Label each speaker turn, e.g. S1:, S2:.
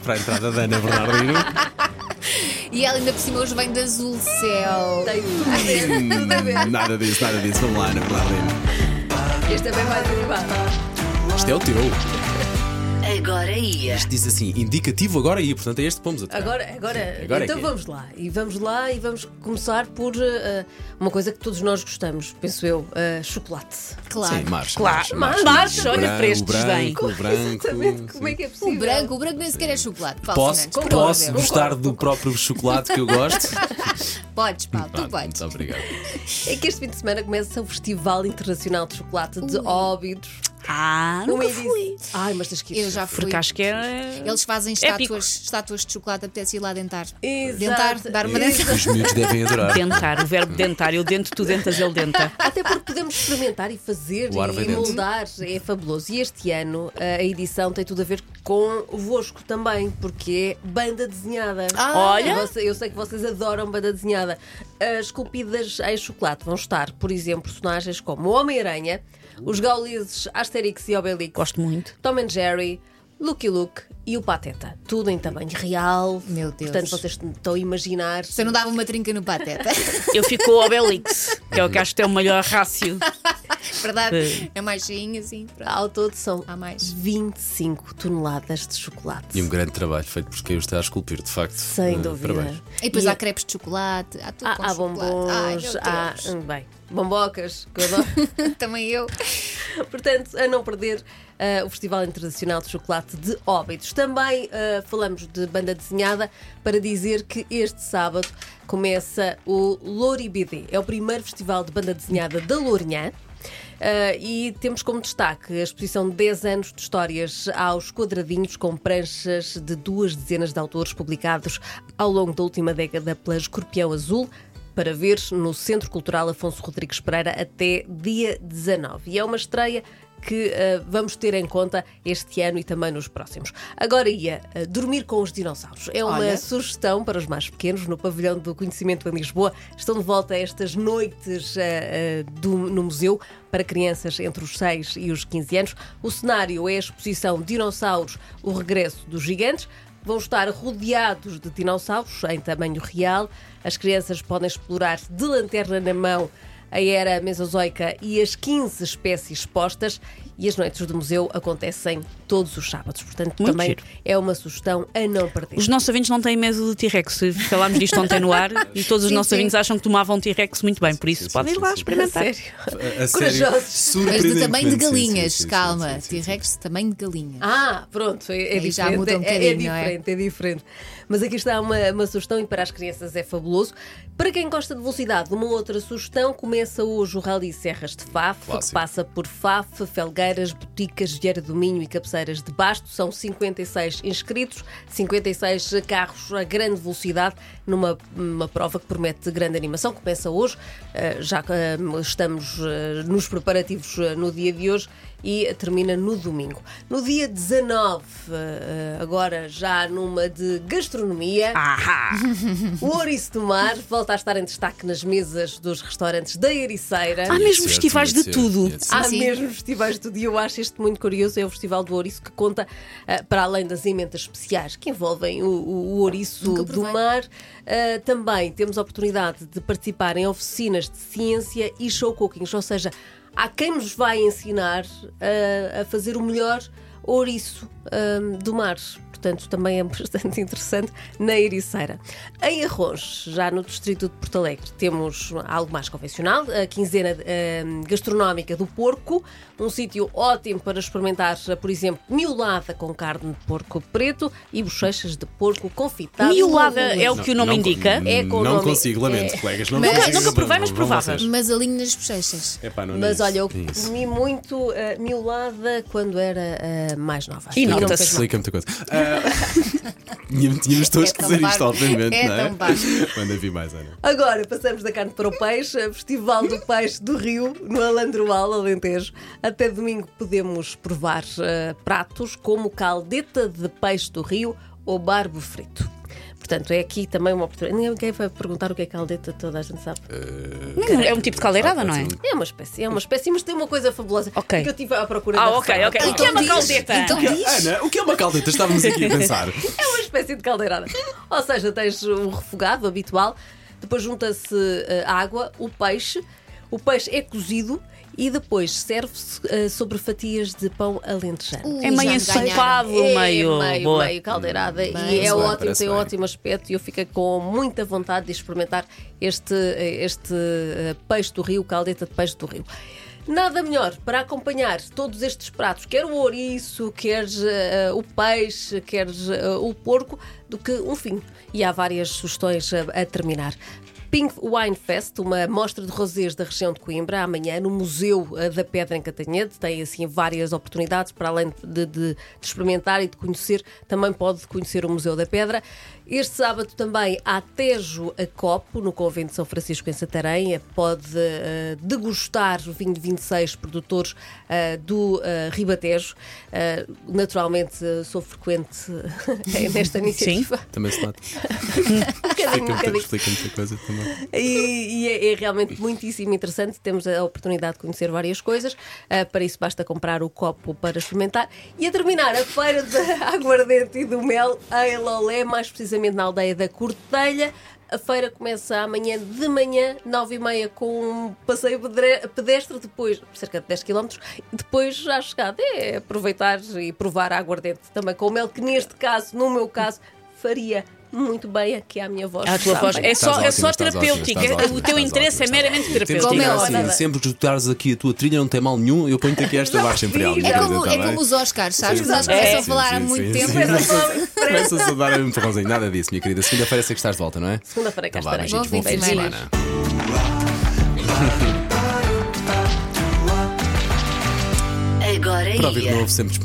S1: para a entrada da Ana Bernardino.
S2: E ela ainda por cima hoje vem de azul céu.
S3: Tem tudo a ver, tudo a
S1: Hum,
S3: ver.
S1: nada disso, nada disso. Vamos lá, Ana Bernardino.
S4: é
S3: Este também vai derrubar.
S1: Isto é o teu.
S5: Agora ia.
S1: Isto diz assim, indicativo agora aí. Portanto, é este que pomos a tocar.
S4: Agora, agora,
S1: Sim, agora é
S4: então
S1: que é.
S4: vamos lá. E vamos lá e vamos começar por eh, uma coisa que todos nós gostamos, penso eu, eh, chocolate.
S2: Claro.
S1: Sim, Marcha.
S5: Claro,
S1: marcha,
S5: marcha, marcha, olha para estes
S1: o branco, o branco.
S3: Exatamente, como é que é
S2: O
S3: possível?
S2: branco, o branco nem sequer é chocolate. Paulo
S1: Posso,
S2: Fernandes, por
S1: posso
S2: amor de Deus.
S1: gostar do próprio chocolate que eu gosto?
S2: Podes, Paulo, tu
S1: Pronto,
S2: podes.
S1: muito obrigado.
S4: É que este fim de semana começa o Festival Internacional de Chocolate de Óbidos.
S5: Ah, nunca
S4: Uma
S5: fui.
S4: edição- Ai, mas tens que ir.
S2: Eu
S1: é
S2: já fui.
S5: Porque acho que é, era.
S2: Eles fazem
S5: Épico.
S2: estátuas, estátuas de chocolate, apetece ir lá dentar.
S4: Exato.
S2: Dentar, dar uma dentada.
S1: Os miúdos devem adorar.
S5: Dentar, o verbo dentar. Eu dento, tu dentas, ele denta.
S4: Até porque podemos experimentar e fazer
S1: O ar vai
S4: e
S1: dentro.
S4: moldar, é fabuloso. E este ano eh, a edição tem tudo a ver com o Vosco também, porque é banda desenhada.
S2: Ah!
S5: Olha!
S4: Você- eu sei que vocês adoram banda desenhada. As esculpidas em chocolate vão estar, por exemplo, personagens como o Homem-Aranha, os gauleses Asterix e Obelix,
S5: Gosto muito.
S4: Tom and Jerry, Lucky Luke e o Pateta. Tudo em tamanho real.
S2: Meu Deus.
S4: Portanto, vocês estão a imaginar.
S2: Você não dava uma trinca no tá? pateta.
S5: Eu fico com o Obelix, que é o que acho que tem o melhor rácio.
S2: Verdade? É mais cheinho assim. pronto.
S4: Ao todo são
S2: Há mais.
S4: 25 toneladas de chocolate.
S1: E um grande trabalho feito por quem o está a esculpir, de facto.
S4: Sem
S1: Eh,
S4: dúvida.
S1: Parabéns.
S2: E depois
S4: E-
S5: é-
S2: há crepes de chocolate, há
S5: Ah,
S2: tudo com
S4: Há, há
S2: chocolate. Ai, meu
S4: bombons, há.
S2: Deus.
S4: hum, Bem, bombocas, que eu adoro.
S2: Também eu.
S4: Portanto, a não perder ah, o Festival Internacional de Chocolate de Óbidos. Também ah, falamos de banda desenhada para dizer que este sábado começa o Louribidé. É o primeiro festival de banda desenhada da Lourinhã. Ah, e temos como destaque a exposição de 10 anos de histórias aos quadradinhos com pranchas de duas dezenas de autores publicados ao longo da última década pela Escorpião Azul, para ver no Centro Cultural Afonso Rodrigues Pereira até dia 19. E é uma estreia que eh, vamos ter em conta este ano e também nos próximos. Agora ia eh, dormir com os dinossauros. É uma
S2: Olha.
S4: sugestão para os mais pequenos no Pavilhão do Conhecimento em Lisboa. Estão de volta estas noites eh, eh, do- no museu para crianças entre os 6 e os 15 anos. O cenário é a exposição Dinossauros, o regresso dos gigantes. Vão estar rodeados de dinossauros em tamanho real. As crianças podem explorar de lanterna na mão a era mesozoica e as 15 espécies expostas. E as noites do museu acontecem todos os sábados. Portanto,
S5: Muito
S4: também
S5: giro.
S4: é uma sugestão a não perder.
S5: Os nossos ouvintes não têm medo do T-Rex. Falámos disto ontem no ar e todos os
S2: Sim,
S5: nossos
S2: sim.
S5: ouvintes acham que tomavam T-Rex muito bem. Por
S1: Sim,
S5: isso,
S1: sim,
S5: podem ir
S1: sim,
S5: lá
S1: sim.
S5: experimentar.
S1: A, a
S4: Corajosos.
S2: Mas do
S1: surpreendentemente.
S2: tamanho de
S1: Sim, sim,
S2: galinhas,
S1: sim, sim,
S2: calma.
S1: sim, sim, sim.
S2: T-Rex, tamanho de galinhas.
S4: Ah, pronto, é, é
S2: Aí
S4: diferente.
S2: já muda um
S4: é- é
S2: bocadinho, não é?
S4: diferente, é? diferente. Mas aqui está uma, uma sugestão e para as crianças é fabuloso. Para quem gosta de velocidade, uma outra sugestão começa hoje o Rally Serras de Faf, que
S1: Clássico.
S4: passa por Faf, Felgueiras, Boticas, Vieira do Minho e Cabeceiras de Basto. São 56 inscritos, 56 carros a grande velocidade, numa uma prova que promete grande animação. Começa hoje, eh, já que, eh, estamos eh, nos preparativos eh, no dia de hoje e termina no domingo. No dia 19, eh, eh, agora já numa de gastronomia.
S5: Ahá!
S4: O ouriço do mar volta a estar em destaque nas mesas dos restaurantes da Ericeira.
S5: Há mesmo
S1: Certo,
S5: festivais
S1: tinha
S5: de
S1: ser,
S5: tudo.
S1: tinha de ser.
S4: Há
S2: sim.
S4: mesmo festivais do dia, eu acho este muito curioso. É o Festival do Ouriço que conta, ah, para além das emendas especiais que envolvem o, o, o ouriço
S2: Nunca
S4: do
S2: provei.
S4: mar, ah, também temos a oportunidade de participar em oficinas de ciência e show cookings, ou seja, há quem nos vai ensinar ah, a fazer o melhor ouriço ah, do mar. Portanto, também é bastante interessante na Ericeira. Em Arroz, já no distrito de Porto Alegre, temos algo mais convencional, a quinzena eh, gastronómica do porco, um sítio ótimo para experimentar, por exemplo, miolada com carne de porco preto e bochechas de porco confitada.
S5: Miolada é o
S1: Não,
S5: que o nome
S1: não,
S5: indica.
S1: Não,
S4: É com o nome-
S1: consigo, lamento,
S4: é.
S1: colegas. Não
S2: Mas-
S1: consigo,
S5: Nunca provei, mas
S1: vão- vão
S5: provava.
S1: vocês.
S2: Mas alinho nas bochechas.
S1: Epá, não, não
S4: Mas
S1: isso,
S4: olha, eu
S1: não é isso.
S4: comi muito eh, miolada quando era eh, mais nova.
S5: E
S4: não me
S5: nota-se.
S4: fez mal.
S1: Explica muita coisa. Ah, Tínhamos tínhamos todos
S2: É
S1: que
S2: tão
S1: dizer isto,
S2: vago.
S1: obviamente,
S2: É
S1: não é?
S2: tão vago.
S1: Manda vir mais, Ana.
S4: Agora passamos da carne para o peixe, eh, Festival do Peixe do Rio, no Alandroal, Alentejo. Até domingo podemos provar eh, pratos como caldeta de peixe do Rio ou barbo frito. Portanto, é aqui também uma oportunidade. Ninguém vai perguntar o que é caldeta, toda a gente sabe.
S1: Eh.
S5: É um tipo de caldeirada, não é?
S4: É uma espécie, é uma espécie, mas tem uma coisa fabulosa
S5: Ok.
S4: que eu estive à procura
S5: Ah,
S4: da
S5: ok,
S4: receita.
S5: ok. O que é uma
S2: Então diz,
S5: caldeta?
S2: Então diz.
S1: Ana, o que é uma caldeta? Estávamos aqui a pensar.
S4: É uma espécie de caldeirada. Ou seja, tens o refogado habitual, depois junta-se eh, a água, o peixe, o peixe é cozido e depois serve-se eh, sobre fatias de pão alentejano.
S2: Ui,
S5: É meio
S2: já me ganharam.
S5: ensopado, É meio.
S4: É, meio,
S5: boa.
S4: meio caldeirada e
S2: Bem.
S4: é
S1: Parece bem,
S4: ótimo,
S1: parece
S4: tem um
S1: bem.
S4: ótimo aspecto e eu fico com muita vontade de experimentar este, este eh, peixe do rio, caldeta de peixe do rio. Nada melhor para acompanhar todos estes pratos, quer o ouriço, quer eh, o peixe, quer eh, o porco, do que um vinho. E há várias sugestões eh, a, a terminar. Pink Wine Fest, uma mostra de rosés da região de Coimbra, amanhã no Museu eh, da Pedra em Catanhede. Tem assim várias oportunidades para além de, de- de experimentar e de conhecer, também pode conhecer o Museu da Pedra. Este sábado também há Tejo a Copo, no Convento de São Francisco em Santarém. Eh, Pode eh, degustar o vinho de 26 produtores eh, do eh, Ribatejo. Eh, naturalmente, eh, sou frequente nesta iniciativa. Um
S1: Também se nota.
S4: Bocadinho,
S1: Explica-me
S4: bocadinho.
S1: explica muita coisa também.
S4: E, e é, é realmente muitíssimo interessante. Temos a oportunidade de conhecer várias coisas. Ah, para isso, basta comprar o copo para experimentar. E a terminar, a feira da aguardente e do mel em Lolé, mais precisamente na aldeia da Cortelha. A feira começa amanhã de manhã, 9h30, com um passeio pedre- pedestre, depois cerca de 10 km, depois já chegada. É aproveitar e provar a aguardente também com o mel, que neste caso, no meu caso, faria muito bem aqui à minha voz.
S5: A tua
S4: sabem?
S5: voz é só,
S1: Estás
S5: é só
S1: ótimo, estás ótimo,
S5: terapêutica.
S1: estás ótimo,
S5: o teu
S1: estás ótimo,
S5: interesse é
S1: estás Temos
S5: meramente terapêutico.
S1: que
S2: Como
S1: ligar
S2: eu,
S1: assim,
S2: nada.
S1: sempre que escutares aqui a tua trilha, não tem mal nenhum. Eu ponho-te aqui esta baixa imperial.
S4: diz.
S1: na
S2: É
S1: vida
S2: como, é
S1: também.
S2: como os Oscars, sabes?
S1: Sim,
S2: Os Oscars
S1: sim,
S2: começam a
S1: sim,
S2: falar há
S1: sim,
S2: muito
S1: sim,
S2: tempo.
S1: sim.
S2: mas não-
S1: Começas a dar um empurrãozinho. Nada disso, minha querida. Segunda-feira sei que estás de volta, não é?
S4: Segunda-feira cá
S1: Então vá,
S4: estarei.
S1: beijinhos, bom fim de
S2: Beijinhos.
S1: semana.
S6: Agora
S1: Para ouvir de
S6: ia.
S1: novo, sempre disponível.